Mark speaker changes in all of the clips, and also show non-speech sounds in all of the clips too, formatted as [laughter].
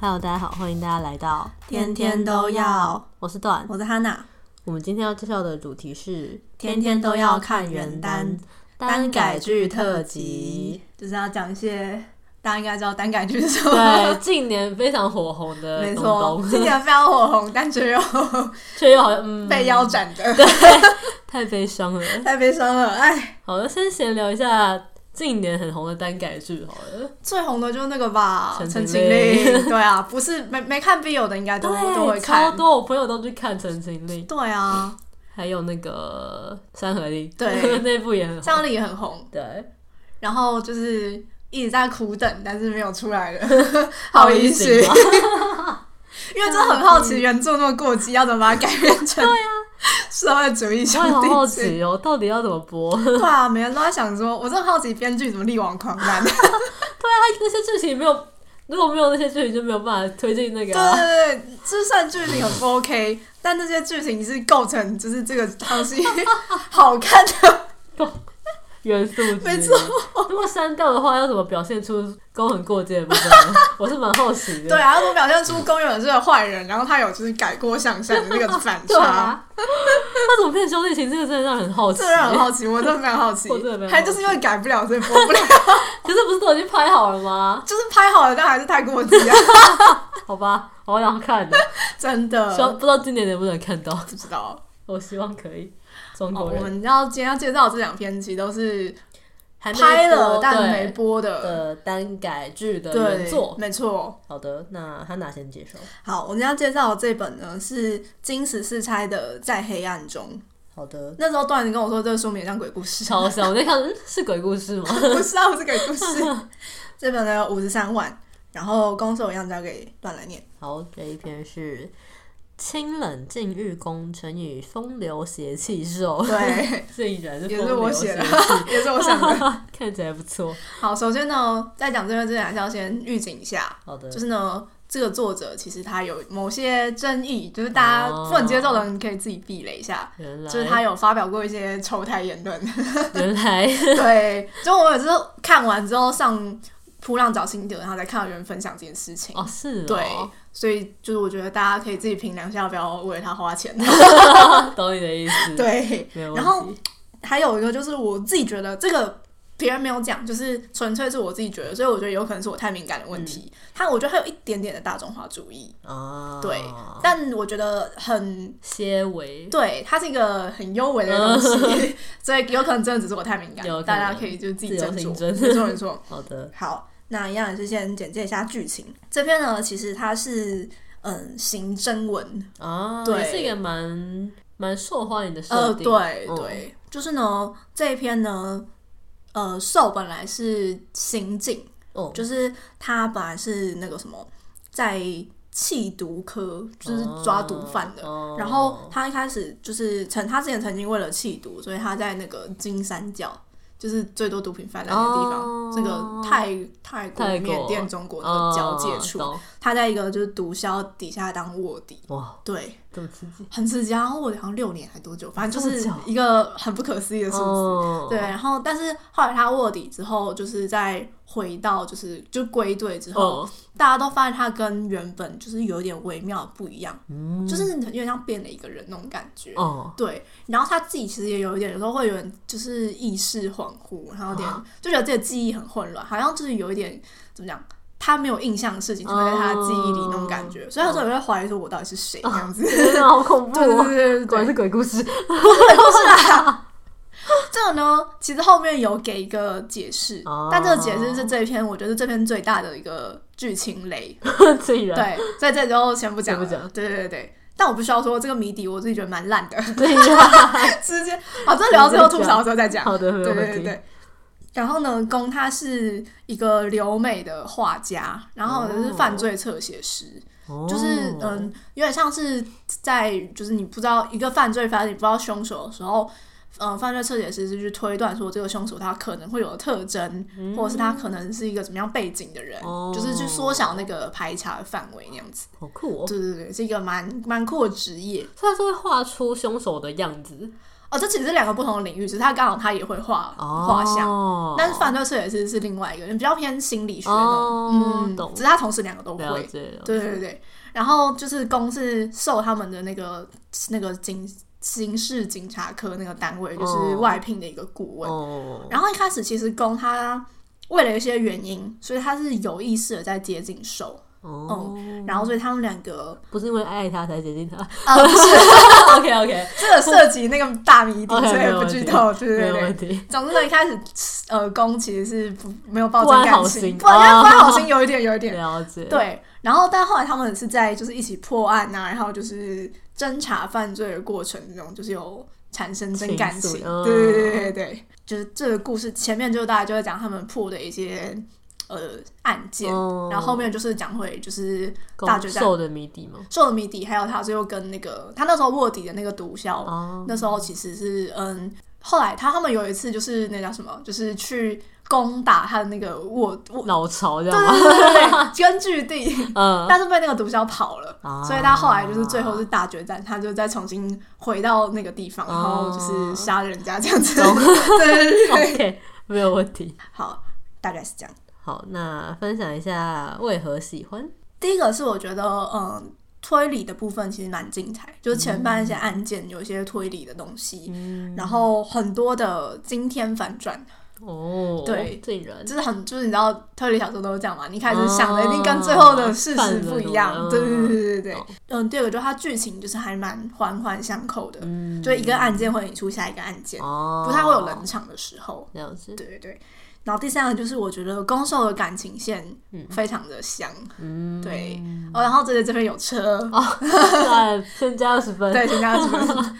Speaker 1: Hello，大家好，欢迎大家来到
Speaker 2: 天天都要，
Speaker 1: 我是段。
Speaker 2: 我是哈娜，
Speaker 1: 我们今天要介绍的主题是
Speaker 2: 天天都要看原单
Speaker 1: 单改剧特辑。，
Speaker 2: 就是要讲一些大家应该知道单改剧是什
Speaker 1: [laughs]
Speaker 2: 么，
Speaker 1: 对，近年非常火红的
Speaker 2: [laughs] 没
Speaker 1: 东
Speaker 2: 错，今
Speaker 1: 东，
Speaker 2: 年非常火红，但却又
Speaker 1: 却又好像 [laughs] 嗯
Speaker 2: 被腰斩的，
Speaker 1: 太悲伤了。
Speaker 2: 太悲伤了。哎，
Speaker 1: 好了，先闲聊一下近年很红的单改剧好了。
Speaker 2: 最红的就是那个吧，
Speaker 1: 陈
Speaker 2: 《
Speaker 1: 情
Speaker 2: 陈情令》。对啊，不是没没看 B 有的应该都都会
Speaker 1: 超
Speaker 2: 看。
Speaker 1: 多我朋友都去看《陈情令》，
Speaker 2: 对啊，
Speaker 1: 还有那个《山河令》，
Speaker 2: 对
Speaker 1: [laughs] 那部也很红。
Speaker 2: 张力也很红，
Speaker 1: 对，
Speaker 2: 然后就是一直在苦等，但是没有出来的，
Speaker 1: [laughs]
Speaker 2: 好
Speaker 1: 意
Speaker 2: 遗
Speaker 1: 思
Speaker 2: 憾。
Speaker 1: 吗哦
Speaker 2: [laughs] 因为真的很好奇原著那么过激，要怎么把它改编成对啊社会主义兄
Speaker 1: 我也好好
Speaker 2: 弟制？
Speaker 1: 奇哦，到底要怎么播？
Speaker 2: 对啊，每人都在想说，我真的好奇编剧怎么力挽狂
Speaker 1: [laughs]
Speaker 2: 澜。对
Speaker 1: 那些剧情没有，如果没有那些剧情，就没有办法推进那个、啊。
Speaker 2: 对对，就算剧情很不 OK，但那些剧情是构成就是这个东西 [laughs] 好看
Speaker 1: [laughs] 啊
Speaker 2: 的。
Speaker 1: 元素之一
Speaker 2: 没错。
Speaker 1: 如果删掉的话，要怎么表现出勾魂过界的部分呢？我是蛮好奇的。
Speaker 2: 对啊，他们表现出公园是个坏人，然后他有就是改过向善的那个
Speaker 1: [laughs]
Speaker 2: 反
Speaker 1: 对
Speaker 2: 差。
Speaker 1: 啊，他怎么变兄弟情？这个真的让人很好奇。
Speaker 2: 这让人好奇，我真的非常好奇
Speaker 1: 我真的非常好。奇
Speaker 2: 还就是因为改不了，所以播不了， [laughs]
Speaker 1: 可是不是都已经拍好了吗？
Speaker 2: 就是拍好了，但还是太过
Speaker 1: [laughs]
Speaker 2: 激啊！
Speaker 1: 好吧，我好想看的，
Speaker 2: 真的
Speaker 1: 希，望不知道今年能不能看到。
Speaker 2: 不知道。
Speaker 1: 我希望可以。中
Speaker 2: 哦
Speaker 1: 国，
Speaker 2: 我
Speaker 1: 人、
Speaker 2: 们要今天要介绍这两篇，其实都是
Speaker 1: 还没
Speaker 2: 拍了
Speaker 1: 播
Speaker 2: 但
Speaker 1: 对
Speaker 2: 没播的
Speaker 1: 的单改剧的
Speaker 2: 对
Speaker 1: 原作。
Speaker 2: 没错。
Speaker 1: 好的，那他哪先接受？
Speaker 2: 好，我们要介绍的这本呢是金十四钗的《在黑暗中》。
Speaker 1: 好的，
Speaker 2: 那时候段子跟我说这个书名很像鬼故事，
Speaker 1: 超像。我在看，嗯是鬼故事吗？
Speaker 2: [laughs] 不是啊，不是鬼故事。这本呢五十三万，然后公售一样交给段来念。
Speaker 1: 好，这一篇是清冷禁欲宫乘以风流邪气 [laughs] 兽，
Speaker 2: 对，
Speaker 1: 竟然是
Speaker 2: 也
Speaker 1: 风
Speaker 2: 是我
Speaker 1: 流
Speaker 2: 写
Speaker 1: 邪
Speaker 2: 的
Speaker 1: 气，
Speaker 2: 也是我想的。
Speaker 1: 看起来不错。
Speaker 2: 好，首先呢，在讲这边之前，还是要先预警一下，
Speaker 1: 好的
Speaker 2: 就，是呢，这个作者其实他有某些争议，就是大家
Speaker 1: 哦
Speaker 2: 不能接受的人，你可以自己避雷一下。
Speaker 1: 原
Speaker 2: 就是他
Speaker 1: 来
Speaker 2: 有发表过一些丑态言论， [laughs]
Speaker 1: 原来
Speaker 2: 对，就我有时候看完之后上扑浪找心得，然后再看到有人分享这件事情，
Speaker 1: 哦是
Speaker 2: 对
Speaker 1: 哦，，
Speaker 2: 所以就是我觉得大家可以自己评量一下，不要为了他花
Speaker 1: [laughs]
Speaker 2: 钱。
Speaker 1: 懂你的意思。，
Speaker 2: 对，
Speaker 1: 没有
Speaker 2: 然后
Speaker 1: 问题
Speaker 2: 还有一个就是我自己觉得这个别人没有讲，就是纯粹是我自己觉得，所以我觉得有可能是我太敏感的问
Speaker 1: 嗯
Speaker 2: 题。他我觉得他有一点点的大众化主义，
Speaker 1: 啊，
Speaker 2: 对但我觉得很
Speaker 1: 些微
Speaker 2: 对，它是一个很优美的东西， [laughs] 所以有可能真的只是我太敏
Speaker 1: 嗯有可能
Speaker 2: 感，大家可以就自己斟
Speaker 1: 自由行。
Speaker 2: 酌
Speaker 1: 政
Speaker 2: [laughs] 没错没错。
Speaker 1: 好的，
Speaker 2: 好，那一样也是先简介一下剧情。这篇呢，其实它是嗯刑侦文，
Speaker 1: 啊，
Speaker 2: 对
Speaker 1: 也是一个蛮蛮受欢迎的设
Speaker 2: 呃，
Speaker 1: 定，
Speaker 2: 对
Speaker 1: 嗯
Speaker 2: 对，就是呢这一篇呢，呃，寿本来是刑警，
Speaker 1: 哦，
Speaker 2: 就是他本来是那个什么在弃毒科，就是抓毒贩的。
Speaker 1: 哦
Speaker 2: 然后他一开始就是曾，他之前曾经为了弃毒，所以他在那个金三角，就是最多毒品泛滥的地
Speaker 1: 哦
Speaker 2: 方，这个泰泰国
Speaker 1: 泰、国
Speaker 2: 缅甸、中国的交界处，
Speaker 1: 哦
Speaker 2: 他在一个就是毒枭底下当卧底，
Speaker 1: 懂哇，
Speaker 2: 对，
Speaker 1: 这么刺激，
Speaker 2: 很刺激啊。然后卧底好像六年还多久，反正就
Speaker 1: 这
Speaker 2: 是
Speaker 1: 么久
Speaker 2: 一个很不可思议的数字。
Speaker 1: 哦
Speaker 2: 对，然后但是后来他卧底之后，就是再回到就是就归队之后，
Speaker 1: 哦，
Speaker 2: 大家都发现他跟原本就是有点微妙不一样，
Speaker 1: 嗯
Speaker 2: 就是有点像变了一个人那种感觉。
Speaker 1: 哦，
Speaker 2: 对，然后他自己其实也有一点，有时候会有点就是意识恍惚，然后有点
Speaker 1: 啊
Speaker 2: 就觉得自己的记忆很混乱，好像就是有一点怎么讲，他没有印象的事情，就会在他的记忆里那种感
Speaker 1: 哦
Speaker 2: 觉，所以他有时候也会怀疑说我到底是谁这样子。
Speaker 1: 真的好恐怖
Speaker 2: [laughs] 对对
Speaker 1: 哦！
Speaker 2: 对
Speaker 1: [laughs]
Speaker 2: 对
Speaker 1: 果
Speaker 2: 对
Speaker 1: 然，是鬼故事
Speaker 2: 啊这个呢，其实后面有给一个解释，
Speaker 1: 哦
Speaker 2: 但这个解释是这一篇，我觉得是这篇最大的一个剧
Speaker 1: [laughs]
Speaker 2: 情雷。
Speaker 1: 竟然
Speaker 2: 对，所以这就先不讲了。
Speaker 1: 先不讲
Speaker 2: 对对对对。但我不需要说这个谜底，我自己觉得蛮
Speaker 1: [laughs]
Speaker 2: 烂的，
Speaker 1: 对呀，
Speaker 2: 直接好，这聊到最后吐槽的时候再讲。
Speaker 1: 好的，没有
Speaker 2: 对
Speaker 1: 问
Speaker 2: 对
Speaker 1: 题。
Speaker 2: 对。然后呢，宫他是一个留美的画家，然后就是犯罪侧写师，
Speaker 1: 哦
Speaker 2: 就是嗯，有点像是在就是你不知道一个犯罪发生，你不知道凶手的时候，嗯，犯罪侧写师是去推断说这个凶手他可能会有的特征，或者是他可能是一个怎么样背景的人，
Speaker 1: 哦
Speaker 2: 就是去缩小那个排查的范围那样子。
Speaker 1: 好酷哦！
Speaker 2: 对对对，是一个蛮蛮酷的职业。
Speaker 1: 虽然说会画出凶手的样子，
Speaker 2: 哦，这其实是两个不同的领域，只是他刚好他也会画画像，
Speaker 1: 哦，
Speaker 2: 但是犯罪摄影师是另外一个，比较偏心理学的，
Speaker 1: 哦
Speaker 2: 嗯，
Speaker 1: 懂
Speaker 2: 只是他同时两个都
Speaker 1: 了
Speaker 2: 会，
Speaker 1: 解了，
Speaker 2: 对对对。然后就是公是受他们的那个那个警刑事警察科那个单位，就是
Speaker 1: 哦
Speaker 2: 外聘的一个顾问。
Speaker 1: 哦，
Speaker 2: 然后一开始其实公他为了一些原因，所以他是有意识的在接近受，
Speaker 1: 哦，
Speaker 2: 然后所以他们两个
Speaker 1: [laughs] 不是因为爱他才接
Speaker 2: [laughs]
Speaker 1: 近他
Speaker 2: 呃不是
Speaker 1: ，OK OK，
Speaker 2: 这个涉及那个大谜
Speaker 1: [laughs]
Speaker 2: 底，
Speaker 1: OK，
Speaker 2: 所
Speaker 1: 没
Speaker 2: 以
Speaker 1: 哦有
Speaker 2: 不
Speaker 1: 问
Speaker 2: 剧
Speaker 1: 题
Speaker 2: 透，对
Speaker 1: 没
Speaker 2: 对
Speaker 1: 有
Speaker 2: 对
Speaker 1: 问。题，
Speaker 2: 总之呢，一开始呃，公其实是不没有抱
Speaker 1: 不
Speaker 2: 真
Speaker 1: 安
Speaker 2: 感
Speaker 1: 好
Speaker 2: 情，
Speaker 1: 心
Speaker 2: 不然因为不安好心
Speaker 1: 哦
Speaker 2: 有一点有一点，
Speaker 1: 了解，，
Speaker 2: 对，然后但后来他们是在就是一起破案呐、然后就是侦查犯罪的过程中，就是有产生真
Speaker 1: 情
Speaker 2: 感
Speaker 1: 愫
Speaker 2: 情。
Speaker 1: 嗯
Speaker 2: 对对对对对，就是这个故事前面就大家就会讲他们破的一些呃案件，
Speaker 1: 哦，
Speaker 2: 然后后面就是讲回就是
Speaker 1: 攻
Speaker 2: 大决战
Speaker 1: 受的谜底嘛，
Speaker 2: 受了谜底，还有他最后跟那个他那时候卧底的那个毒枭，
Speaker 1: 哦，
Speaker 2: 那时候其实是嗯。后来他他们有一次就是那叫什么，就是去攻打他的那个卧卧，
Speaker 1: 老巢这
Speaker 2: 对
Speaker 1: 样吗？
Speaker 2: 对对对对，根据地，
Speaker 1: 嗯，
Speaker 2: 但是被那个毒枭跑了，
Speaker 1: 啊
Speaker 2: 所以他后来就是最后是大决战，他就再重新回到那个地方，然后就是杀人家这样子。
Speaker 1: 哦懂
Speaker 2: [laughs] 对对
Speaker 1: [laughs]
Speaker 2: 对，
Speaker 1: OK，没有问题。
Speaker 2: 好，大概是这样。
Speaker 1: 好，那分享一下为何喜欢？
Speaker 2: 第一个是我觉得，嗯，推理的部分其实蛮精彩，就是前半一些案件有一些推理的东西，
Speaker 1: 嗯，
Speaker 2: 然后很多的惊天反转，
Speaker 1: 哦，
Speaker 2: 对
Speaker 1: 竟然
Speaker 2: 就是很就是你知道推理小说都是这样嘛，你一开始想的
Speaker 1: 哦
Speaker 2: 一定跟最后的事实
Speaker 1: 看着
Speaker 2: 不一
Speaker 1: 的
Speaker 2: 样。
Speaker 1: 嗯
Speaker 2: 对对对对对
Speaker 1: 懂，
Speaker 2: 嗯，第二个就是它剧情就是还蛮环环相扣的，
Speaker 1: 嗯
Speaker 2: 就一个案件会引出下一个案件，
Speaker 1: 哦，
Speaker 2: 不太会有冷场的时候。
Speaker 1: 了解，
Speaker 2: 对对对。然后第三个就是我觉得攻受的感情线
Speaker 1: 嗯
Speaker 2: 非常的香，
Speaker 1: 嗯，哦
Speaker 2: 对哦，然后这里这边有车，
Speaker 1: 赞，增加二十分，
Speaker 2: 对，全家
Speaker 1: [laughs]
Speaker 2: 什么？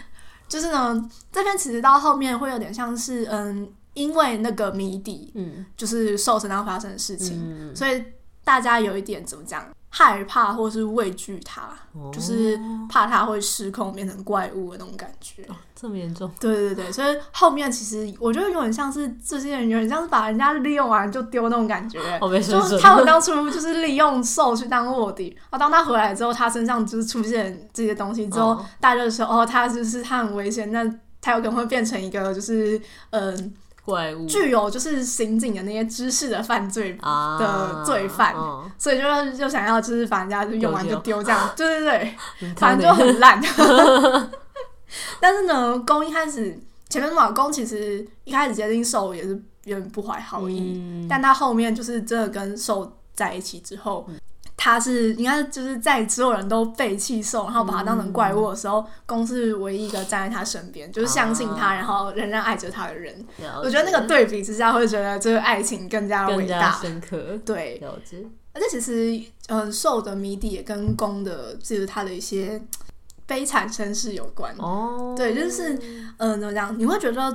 Speaker 2: 就是呢，这边其实到后面会有点像是嗯，因为那个谜底
Speaker 1: 嗯，
Speaker 2: 就是受身上发生的事情，
Speaker 1: 嗯，
Speaker 2: 所以大家有一点怎么讲害怕或是畏惧它，就是
Speaker 1: 哦
Speaker 2: 怕它会失控变成怪物的那种感觉。
Speaker 1: 这么严重，
Speaker 2: 对对对，所以后面其实我觉得有点像是这些人有点像是把人家利用完就丢那种感觉。
Speaker 1: 好哦没水
Speaker 2: 哦就是
Speaker 1: 准，
Speaker 2: 他们当初就是利用兽去当卧底，然后当他回来之后，他身上就是出现这些东西之后，
Speaker 1: 哦
Speaker 2: 大家就说哦，他就是他很危险，那他有可能会变成一个就是嗯、
Speaker 1: 怪物
Speaker 2: 具有就是刑警的那些知识的犯罪，
Speaker 1: 啊
Speaker 2: 的罪犯
Speaker 1: 哦
Speaker 2: 所以就是就想要就是把人家就用完就丢这样，对对对，
Speaker 1: 你看
Speaker 2: 反正就
Speaker 1: 你
Speaker 2: 很烂。
Speaker 1: [laughs]
Speaker 2: 但是呢，公一开始前面老公其实一开始接近受也是有点不怀好意，
Speaker 1: 嗯
Speaker 2: 但他后面就是真的跟受在一起之后。
Speaker 1: 嗯
Speaker 2: 他是应该就是在所有人都背弃受，然后把他当成怪物的时候，公是唯一一个站在他身边，就是相信他，
Speaker 1: 啊
Speaker 2: 然后仍然爱着他的人。
Speaker 1: 了
Speaker 2: 我觉得那个对比之下，会觉得这个爱情更加
Speaker 1: 解
Speaker 2: 伟
Speaker 1: 更加
Speaker 2: 大。
Speaker 1: 深刻，
Speaker 2: 对，
Speaker 1: 了解，
Speaker 2: 而且其实，嗯，受的谜底也跟公的，就是他的一些悲惨身世有关。
Speaker 1: 哦，
Speaker 2: 对就是嗯，怎么讲？你会觉得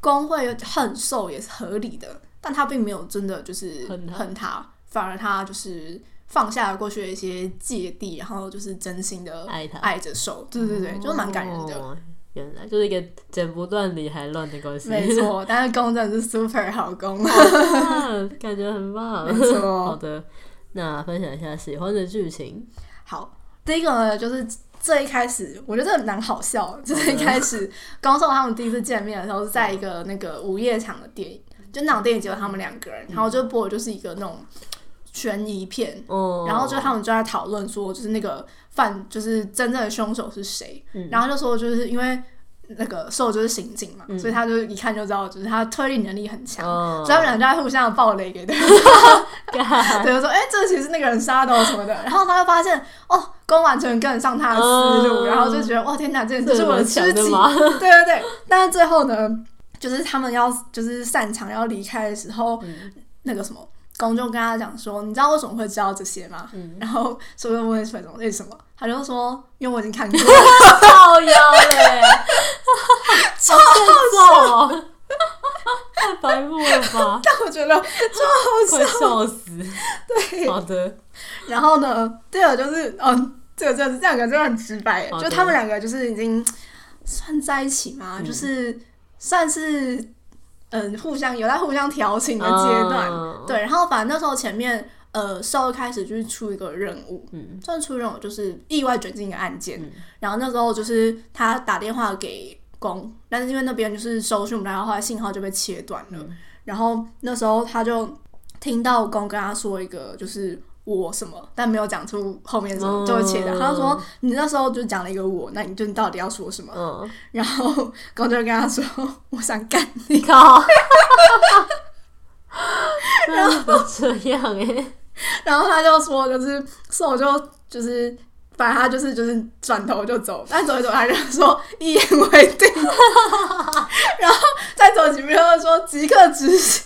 Speaker 2: 公会恨受也是合理的，但他并没有真的就是
Speaker 1: 恨他
Speaker 2: 恨他，反而他就是放下了过去的一些芥蒂，然后就是真心的
Speaker 1: 爱他，
Speaker 2: 爱着受。对对对，就是蛮感人的。
Speaker 1: 哦。原来就是一个剪不断理还乱的关系，
Speaker 2: 没错，但是公真的是 super 好
Speaker 1: [laughs]
Speaker 2: 公，
Speaker 1: 啊感觉很棒
Speaker 2: 没。
Speaker 1: 好
Speaker 2: 错。
Speaker 1: 的，那分享一下喜欢的剧情。
Speaker 2: 好，第一个呢就是最一开始，我觉得蛮好笑的， [laughs] 就是一开始高寿他们第一次见面的时候是在一个那个午夜场的电影，就那场电影只有他们两
Speaker 1: 嗯
Speaker 2: 个人，然后就播的就是一个那种悬疑片。
Speaker 1: 哦，
Speaker 2: 然后就他们就在讨论说，就是那个犯，就是真正的凶手是谁。
Speaker 1: 嗯
Speaker 2: 然后就说，就是因为那个受就是刑警嘛，所以他就一看就知道，就是他推理能力很强，
Speaker 1: 嗯哦
Speaker 2: 所以他们俩就在互相爆雷给对方。
Speaker 1: 干
Speaker 2: 对，就说哎、这个其实是那个人杀的哦什么的，然后他就发现哦，公完全跟得上他的思路，
Speaker 1: 嗯
Speaker 2: 然后就觉得哇天哪，这
Speaker 1: 这
Speaker 2: 这是我的
Speaker 1: 么
Speaker 2: 知
Speaker 1: 强
Speaker 2: 己
Speaker 1: 的，吗？
Speaker 2: 对对对。但是最后呢，就是他们要就是散场要离开的时候，
Speaker 1: 嗯
Speaker 2: 那个什么公就跟他讲说，你知道为什么会知道这些吗？
Speaker 1: 嗯，
Speaker 2: 然后所以我问什么为什么，他就说因为我已经看过了， [laughs]
Speaker 1: 造谣嘞，
Speaker 2: 超
Speaker 1: 欸好欠揍哦！太白目了
Speaker 2: [laughs]
Speaker 1: 吧，
Speaker 2: 但我觉得
Speaker 1: 快笑死！
Speaker 2: 对。
Speaker 1: 好的，
Speaker 2: 然后呢，第二个就是嗯，这个真的是这两个真的很直白，
Speaker 1: 好
Speaker 2: 就
Speaker 1: 的
Speaker 2: 他们两个就是已经算在一起嘛，就是算是嗯互相有在互相调情的阶段。
Speaker 1: 嗯，
Speaker 2: 对，然后反正那时候前面呃，稍微开始就是出一个任务，
Speaker 1: 嗯
Speaker 2: 算出任务就是意外卷进一个案件，
Speaker 1: 嗯
Speaker 2: 然后那时候就是他打电话给宫，但是因为那边就是收讯不来，然后后来信号就被切断了。
Speaker 1: 嗯
Speaker 2: 然后那时候他就听到公跟他说一个就是我什么，但没有讲出后面什么，就会切掉。
Speaker 1: 嗯
Speaker 2: 他就说你那时候就讲了一个我，那你就你到底要说什么？
Speaker 1: 嗯，
Speaker 2: 然后公就跟他说 [laughs] 我想干 [laughs] 你，
Speaker 1: 靠，然后这样哎、
Speaker 2: 然后他就说就是兽就就是。反正他就是就是转头就走，但走一走他就说一言为定， [laughs] 然后再走几步就说即刻执行。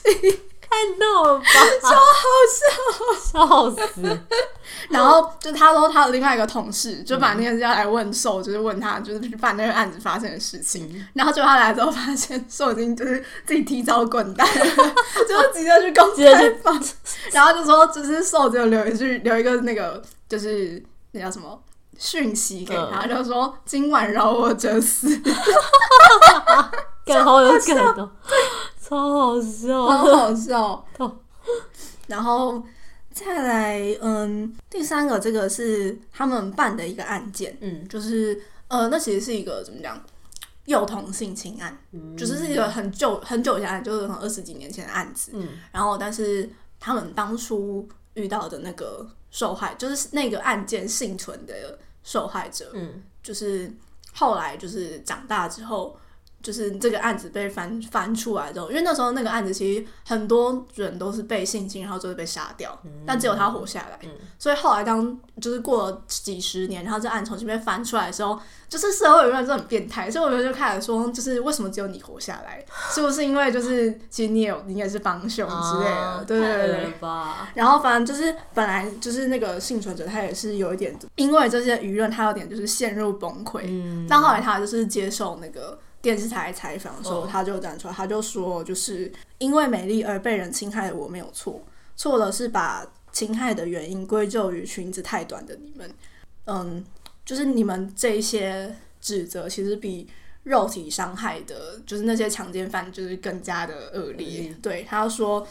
Speaker 1: 太闹 [laughs] 了吧，超好笑，笑死，
Speaker 2: [laughs] 然后就他说他的另外一个同事，就把那个人要来问寿，就是问他就是办那个案子发生的事情。然后就他来之后，发现寿已经就是自己提早滚蛋了，就急着去公
Speaker 1: 急着去
Speaker 2: 开房， [laughs] 然后就说就是寿就留一句留一个那个就是那叫什么讯息给他，就说今晚饶我者死。
Speaker 1: 感好有梗哦，超好笑，
Speaker 2: 好好笑
Speaker 1: [laughs] 哦。
Speaker 2: 然后再来，嗯，第三个这个是他们办的一个案件，
Speaker 1: 嗯，
Speaker 2: 就是呃，那其实是一个怎么讲，幼童性侵案，
Speaker 1: 嗯
Speaker 2: 就是是一个很久很久以前的案，就是可能二十几年前的案子。
Speaker 1: 嗯，
Speaker 2: 然后，但是他们当初遇到的那个受害，就是那个案件幸存的受害者，
Speaker 1: 嗯，
Speaker 2: 就是后来就是长大之后，就是这个案子被翻翻出来之后，因为那时候那个案子其实很多人都是被性侵，然后就是被杀掉，但只有他活下来。所以后来当就是过了几十年，然后这案重新被翻出来的时候，就是社会舆论就很变态，所以我们就开始说，就是为什么只有你活下来？是不是因为就是其实你也有你也是帮凶之类的？
Speaker 1: 啊
Speaker 2: 对对
Speaker 1: 太
Speaker 2: 对
Speaker 1: 恶
Speaker 2: 对
Speaker 1: 了。吧，
Speaker 2: 然后反正就是本来就是那个幸存者，他也是有一点，因为这些舆论，他有点就是陷入崩溃。
Speaker 1: 嗯，
Speaker 2: 但后来他就是接受那个电视台采访的时候，
Speaker 1: 哦
Speaker 2: 他就站出来，他就说，就是因为美丽而被人侵害的我没有错，错的是把侵害的原因归咎于裙子太短的你们。嗯，就是你们这一些指责，其实比肉体伤害的，就是那些强奸犯，就是更加的恶劣。
Speaker 1: 嗯
Speaker 2: 对，他说。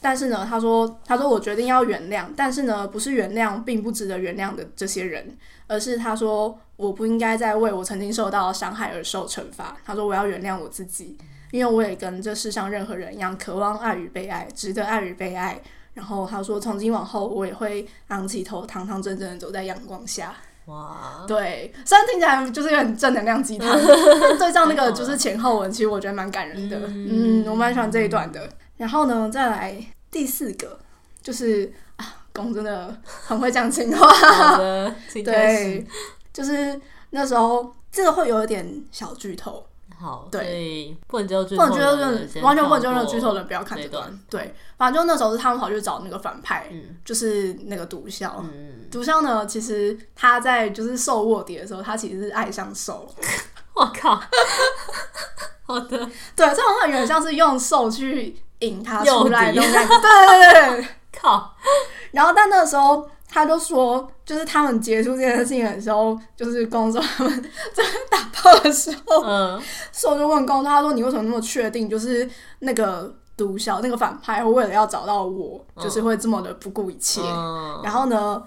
Speaker 2: 但是呢，他说，他说我决定要原谅，但是呢，不是原谅并不值得原谅的这些人，而是他说我不应该再为我曾经受到的伤害而受惩罚。他说我要原谅我自己，因为我也跟这世上任何人一样，渴望爱与被爱，值得爱与被爱。然后他说，从今往后我也会昂起头，堂堂正正的走在阳光下。
Speaker 1: 哇，
Speaker 2: 对，虽然听起来就是有点正能
Speaker 1: [laughs]
Speaker 2: 量鸡汤，但对照那个就是前后文，其实我觉得蛮感人的。
Speaker 1: 嗯
Speaker 2: 嗯，我蛮喜欢这一段的。然后呢，再来第四个，就是啊，公真的很会讲
Speaker 1: [laughs]
Speaker 2: 情话。
Speaker 1: 好的，请开始
Speaker 2: 对，就是那时候这个会有一点小剧透，
Speaker 1: 好，
Speaker 2: 对
Speaker 1: 所以不能接受剧
Speaker 2: 不
Speaker 1: 透
Speaker 2: 能剧
Speaker 1: 的
Speaker 2: 透就
Speaker 1: 人先
Speaker 2: 是完全不能
Speaker 1: 跳
Speaker 2: 接受剧透
Speaker 1: 过
Speaker 2: 的人不要看
Speaker 1: 这
Speaker 2: 这
Speaker 1: 一
Speaker 2: 段。对，反正就那时候是他们跑去找那个反派，
Speaker 1: 嗯
Speaker 2: 就是那个毒枭。
Speaker 1: 嗯，
Speaker 2: 毒枭呢，其实他在就是受卧底的时候，他其实是爱上兽，
Speaker 1: 我靠，好的，
Speaker 2: 对，这种话有点像是用兽去引他出来的
Speaker 1: 诱
Speaker 2: 那
Speaker 1: 敌 [laughs]
Speaker 2: 种感觉。对对对对。 [laughs]
Speaker 1: 靠，
Speaker 2: 然后但那时候他就说，就是他们结束这件事情的时候，就是公众他们 [laughs] 在打炮的时候，
Speaker 1: 嗯，
Speaker 2: 兽就问公他说：“你为什么那么确定？就是那个毒枭那个反派为了要找到我，
Speaker 1: 嗯
Speaker 2: 就是会这么的不顾一切？”
Speaker 1: 嗯
Speaker 2: 然后呢，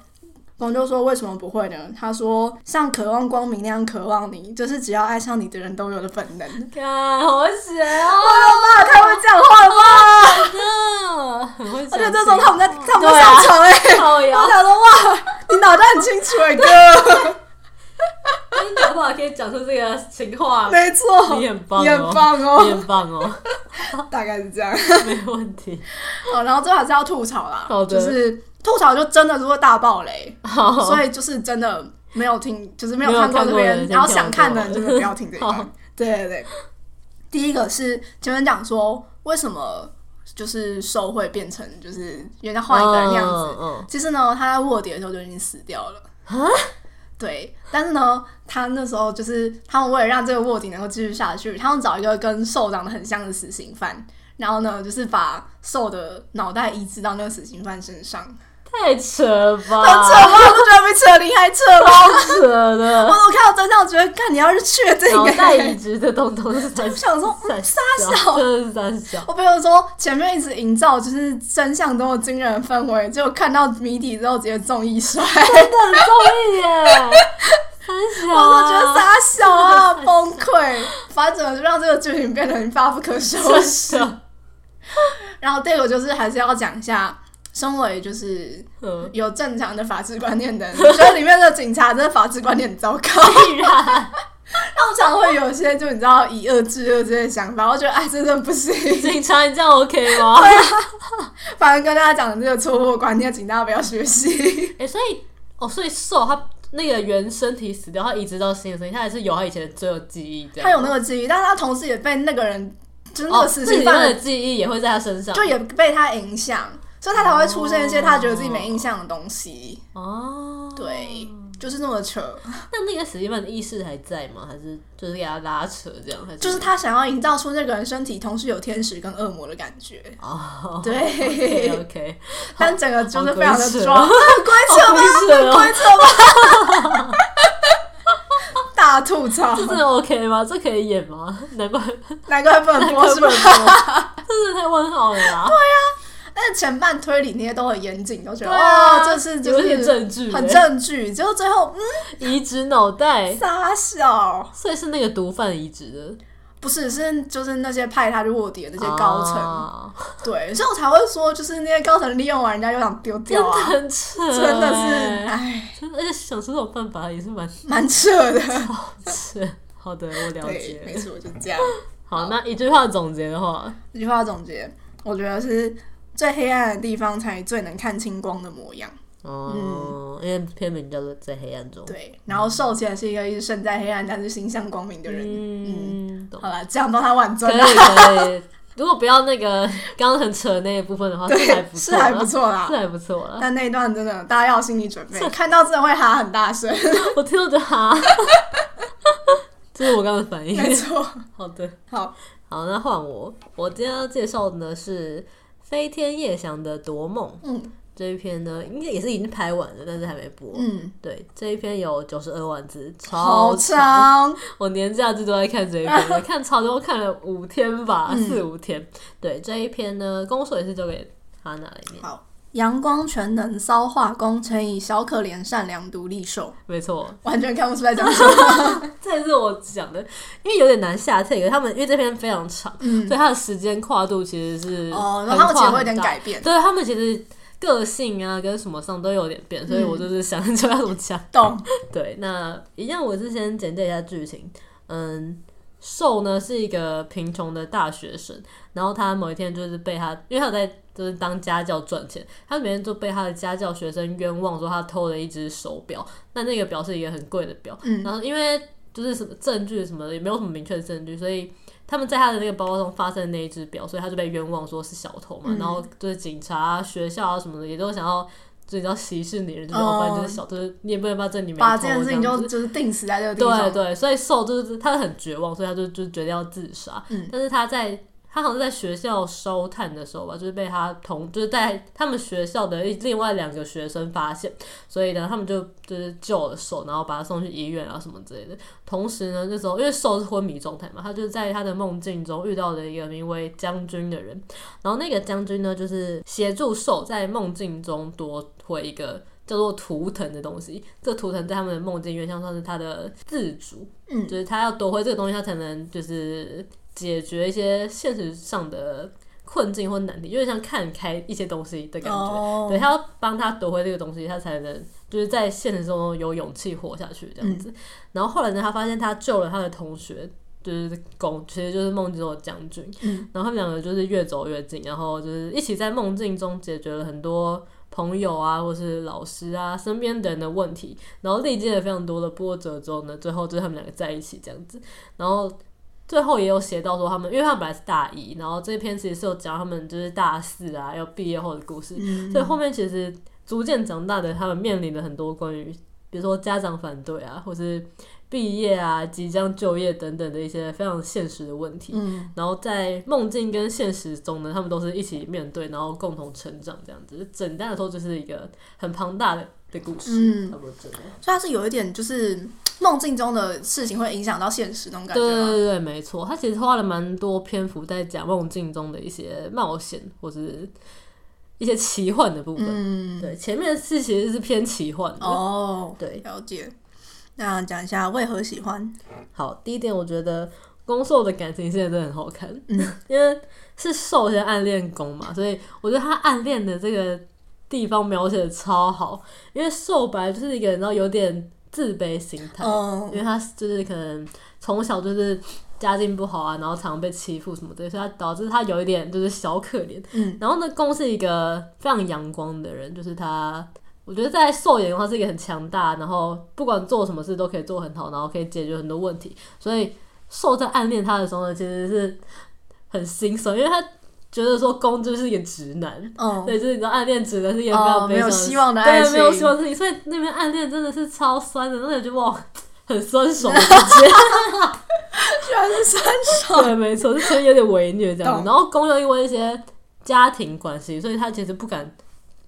Speaker 2: 公就说：“为什么不会呢？”他说：“像渴望光明那样渴望你，这是只要爱上你的人都有的本能。”
Speaker 1: 看，好血哦，
Speaker 2: 哇，太会讲话了吧！
Speaker 1: 真的，很会讲情话。
Speaker 2: 而且这时候他们在他们
Speaker 1: 对
Speaker 2: 在
Speaker 1: 啊
Speaker 2: 上床哎、欸，
Speaker 1: 靠
Speaker 2: 我
Speaker 1: 腰，
Speaker 2: 想说哇，你脑袋很清楚
Speaker 1: [laughs]
Speaker 2: 哎、哥，
Speaker 1: 哎你讲话可以讲出这个情话，
Speaker 2: 没错，
Speaker 1: 你很棒哦
Speaker 2: 你很棒
Speaker 1: 你
Speaker 2: 哦，
Speaker 1: 很棒哦， [laughs]
Speaker 2: 大概是这样。
Speaker 1: 没问题。
Speaker 2: 哦，然后最后还是要吐槽啦
Speaker 1: 好，的
Speaker 2: 就是吐槽就真的是会大爆雷。
Speaker 1: 好，
Speaker 2: 所以就是真的没有听，就是没有
Speaker 1: 没有
Speaker 2: 看过
Speaker 1: 看
Speaker 2: 这
Speaker 1: 过的
Speaker 2: 边
Speaker 1: 人，先
Speaker 2: 然后
Speaker 1: 跳
Speaker 2: 想看的
Speaker 1: 过
Speaker 2: 人就是不要听这一
Speaker 1: 好
Speaker 2: 段。对对对，第一个是前面讲说为什么就是兽会变成就是原来换一个人那样子，
Speaker 1: 嗯，
Speaker 2: 其实呢他在卧底的时候就已经死掉了。对，但是呢，他那时候就是他们为了让这个卧底能够继续下去，他们找一个跟兽长得很像的死刑犯，然后呢，就是把兽的脑袋移植到那个死刑犯身上，
Speaker 1: 太扯了
Speaker 2: 很扯
Speaker 1: 吧，
Speaker 2: 吧？我都觉得比扯铃还扯吧？
Speaker 1: 超扯的
Speaker 2: 我，怎么看到真相，觉得看你要是确定
Speaker 1: 脑袋
Speaker 2: 欸，
Speaker 1: 移植的东东是三
Speaker 2: 我想说
Speaker 1: 三
Speaker 2: 傻
Speaker 1: 小，
Speaker 2: 小。
Speaker 1: 真的是三小，
Speaker 2: 我朋友说前面一直营造就是真相中的惊人氛围，结果看到谜底之后直接中一摔，
Speaker 1: 真的很中意耶，三小啊，
Speaker 2: [laughs] 我都觉得傻小啊，
Speaker 1: 真的傻小
Speaker 2: 崩溃。反正就让这个剧情变得很发不可收拾。
Speaker 1: [laughs] 真的
Speaker 2: 然后第二个就是还是要讲一下，身为就是
Speaker 1: 嗯，
Speaker 2: 有正常的法治观念的人，我觉得里面的警察真的法治观念很糟糕。 [laughs]
Speaker 1: 必然
Speaker 2: 通常会有一些就你知道以恶制恶之类的想法，我觉得哎，真的不行。 [laughs]
Speaker 1: 警察，你这样 OK 吗？
Speaker 2: 反正跟大家讲的这个错误的观念，请大家不要
Speaker 1: [laughs]
Speaker 2: 学习。
Speaker 1: 哎、所以哦，所以瘦他那个原身体死掉，他移植到新的身体，他还是有他以前的所有记忆这样。
Speaker 2: 他有那个记忆，但是他同时也被那个人，就是那
Speaker 1: 哦，
Speaker 2: 个死
Speaker 1: 自己
Speaker 2: 刑
Speaker 1: 那
Speaker 2: 犯
Speaker 1: 个
Speaker 2: 的
Speaker 1: 记忆也会在他身上。
Speaker 2: 就也被他影响，所以他才会出现一些他觉得自己没印象的东西。
Speaker 1: 哦，
Speaker 2: 对，就是那么扯，
Speaker 1: 那那个死刑犯的意识还在吗？还是就是给他拉扯这样？还是
Speaker 2: 就是他想要营造出这个人身体同时有天使跟恶魔的感觉。
Speaker 1: 哦，
Speaker 2: 对
Speaker 1: o [laughs] k
Speaker 2: [laughs] 但整个就是
Speaker 1: 好
Speaker 2: 非常的
Speaker 1: 鬼扯哦
Speaker 2: 装，很鬼扯
Speaker 1: 好
Speaker 2: 吗？
Speaker 1: 规
Speaker 2: 很
Speaker 1: 则哦，
Speaker 2: 鬼扯吗？大吐槽，
Speaker 1: 这真的 OK 吗？这可以演吗？难怪 [laughs]
Speaker 2: 难怪不能播是吧？
Speaker 1: 真的太问号了啦！
Speaker 2: [laughs] 但是前半推理那些都很严谨，都觉得
Speaker 1: 对啊
Speaker 2: 哇，这是就
Speaker 1: 有点
Speaker 2: 是
Speaker 1: 证据，欸
Speaker 2: 很证据，结果最后嗯，
Speaker 1: 移植脑袋，
Speaker 2: 傻小，
Speaker 1: 所以是那个毒贩移植的
Speaker 2: 不是是就是那些派他去卧底的那些高层， [laughs]
Speaker 1: 啊
Speaker 2: 对，所以我才会说，就是那些高层利用完人家又想丢
Speaker 1: 真
Speaker 2: 掉
Speaker 1: 的
Speaker 2: 啊，
Speaker 1: 很扯欸，
Speaker 2: 真的是哎，
Speaker 1: 真的， [laughs] 而且想出这种办法也是蛮
Speaker 2: 蛮扯的，
Speaker 1: 扯。好的，我了
Speaker 2: 对，没
Speaker 1: 解。
Speaker 2: 错，就
Speaker 1: [laughs]
Speaker 2: 这样。
Speaker 1: 好，那一句话总结的话，
Speaker 2: 这句话总结，我觉得是最黑暗的地方才最能看清光的模样。
Speaker 1: 哦，因为片名叫做《在黑暗中》。
Speaker 2: 嗯对，然后受起来是一个一直身在黑暗但是心向光明的人。
Speaker 1: 嗯，懂。
Speaker 2: 好了，这样帮他挽
Speaker 1: 可
Speaker 2: 尊
Speaker 1: 以
Speaker 2: 了，
Speaker 1: 可以。如果不要那个刚刚很扯的那一部分的话，是还
Speaker 2: 对
Speaker 1: 不，错
Speaker 2: 是还不
Speaker 1: 啦，
Speaker 2: 错啦
Speaker 1: 是。还不错啦。 [laughs]
Speaker 2: 但那一段真的，大家要有心理准备，看到真的会哈很
Speaker 1: [laughs]
Speaker 2: 大声，
Speaker 1: 我听到就哈，这是我刚刚的反应。
Speaker 2: 没错。
Speaker 1: 好的，
Speaker 2: 好，
Speaker 1: 好，那换我。我今天要介绍的呢是飞天夜翔的《夺梦》
Speaker 2: 嗯
Speaker 1: 这一篇呢，应该也是已经拍完了，但是还没播。
Speaker 2: 嗯，
Speaker 1: 对，这一篇有九十二万字，超
Speaker 2: 好
Speaker 1: 长。
Speaker 2: 长，
Speaker 1: 我年假就都在看这一篇，我看超多，看了五天吧，
Speaker 2: 嗯
Speaker 1: 四五天。对，这一篇呢，公说也是交给他拿来念。
Speaker 2: 好。阳光全能骚化工乘以小可怜善良独立兽，
Speaker 1: 没错，
Speaker 2: 完全看不出来讲什么。
Speaker 1: 这也是我讲的，因为有点难下 take。他们因为这篇非常长，[laughs]
Speaker 2: 嗯
Speaker 1: 所以它的时间跨度其实是
Speaker 2: 哦，然
Speaker 1: 横
Speaker 2: 后他们其
Speaker 1: 跨
Speaker 2: 实会有
Speaker 1: 很
Speaker 2: 点
Speaker 1: 大
Speaker 2: 改变，
Speaker 1: 对他们其实个性啊跟什么上都有点变，所以我就是想 [laughs] 就要怎么讲。
Speaker 2: 懂？
Speaker 1: [laughs] 对，那一样，我是先简介一下剧情。嗯，寿呢是一个贫穷的大学生，然后他某一天就是被他，因为他有在就是当家教赚钱，他每天就被他的家教学生冤枉说他偷了一只手表，那那个表是一个很贵的表，
Speaker 2: 嗯
Speaker 1: 然后因为就是什么证据什么的也没有什么明确的证据，所以。他们在他的那个包包中发现那一只表，所以他就被冤枉说是小偷嘛。
Speaker 2: 嗯
Speaker 1: 然后就是警察、啊、学校啊什么的也都想要，就你知道息事宁人，就是哦，反正就是小偷，就是你也不能把这里面
Speaker 2: 把这件事情
Speaker 1: 样
Speaker 2: 就
Speaker 1: 子
Speaker 2: 就是定死在这个地
Speaker 1: 对
Speaker 2: 方。
Speaker 1: 对，所以受就是他很绝望，所以他就就决定要自杀。
Speaker 2: 嗯
Speaker 1: 但是他在他好像在学校收探的时候吧，就是被他同就是在他们学校的一另外两个学生发现，所以呢，他们就就是救了受，然后把他送去医院啊什么之类的。同时呢，那时候因为受是昏迷状态嘛，他就在他的梦境中遇到了一个名为将军的人，然后那个将军呢，就是协助受在梦境中夺回一个。叫做图腾的东西，这图腾在他们的梦境院像算是他的自主，
Speaker 2: 嗯
Speaker 1: 就是他要夺回这个东西，他才能就是解决一些现实上的困境或难题，有点像看开一些东西的感觉。
Speaker 2: 哦
Speaker 1: 对，他要帮他夺回这个东西，他才能就是在现实中有勇气活下去这样
Speaker 2: 嗯
Speaker 1: 子。然后后来呢，他发现他救了他的同学，就是公，其实就是梦境中的将军。
Speaker 2: 嗯
Speaker 1: 然后他们两个就是越走越近，然后就是一起在梦境中解决了很多朋友啊，或是老师啊，身边的人的问题。然后历经了非常多的波折之后呢，最后就是他们两个在一起这样子。然后最后也有写到说他们，因为他们本来是大一，然后这篇其实是有讲他们就是大四啊要毕业后的故事，
Speaker 2: 嗯
Speaker 1: 所以后面其实逐渐长大的他们面临了很多关于，比如说家长反对啊，或是毕业啊、即将就业等等的一些非常现实的问题。
Speaker 2: 嗯
Speaker 1: 然后在梦境跟现实中呢，他们都是一起面对，然后共同成长这样子。简单的说，就是一个很庞大的的故事，
Speaker 2: 嗯
Speaker 1: 差，不多这样。
Speaker 2: 所以它是有一点就是梦境中的事情会影响到现实那种感
Speaker 1: 对对
Speaker 2: 觉吗？
Speaker 1: 对对，没错，他其实花了蛮多篇幅在讲梦境中的一些冒险或是一些奇幻的部分。
Speaker 2: 嗯，
Speaker 1: 对，前面是其实是偏奇幻的。
Speaker 2: 哦，
Speaker 1: 对，
Speaker 2: 了解。那讲一下为何喜欢？
Speaker 1: 好，第一点，我觉得宫受的感情线真的很好看，
Speaker 2: 嗯
Speaker 1: [laughs] 因为是受先暗恋宫嘛，所以我觉得他暗恋的这个地方描写的超好，因为受本来就是一个人，然后有点自卑心态，
Speaker 2: 嗯
Speaker 1: 因为他就是可能从小就是家境不好啊，然后常被欺负什么的，所以他导致他有一点就是小可怜。
Speaker 2: 嗯，
Speaker 1: 然后呢，公是一个非常阳光的人，就是他，我觉得在兽眼的话是一个很强大，然后不管做什么事都可以做很好，然后可以解决很多问题。所以兽在暗恋他的时候呢，其实是很心酸，因为他觉得说公就是一个直男。
Speaker 2: 哦、
Speaker 1: 对，就是你知道，暗恋直男是一件非
Speaker 2: 哦，
Speaker 1: 常
Speaker 2: 没
Speaker 1: 悲伤
Speaker 2: 有
Speaker 1: 的事
Speaker 2: 希望的爱
Speaker 1: 对，
Speaker 2: 情，
Speaker 1: 没有希望自己，所以那边暗恋真的是超酸的，那感觉哇，很酸爽
Speaker 2: [laughs]
Speaker 1: 的感觉。
Speaker 2: 居然是三手，
Speaker 1: [laughs] 对，没错，就觉得有点违虐这样子。
Speaker 2: 懂
Speaker 1: 然后公又因为一些家庭关系，所以他其实不敢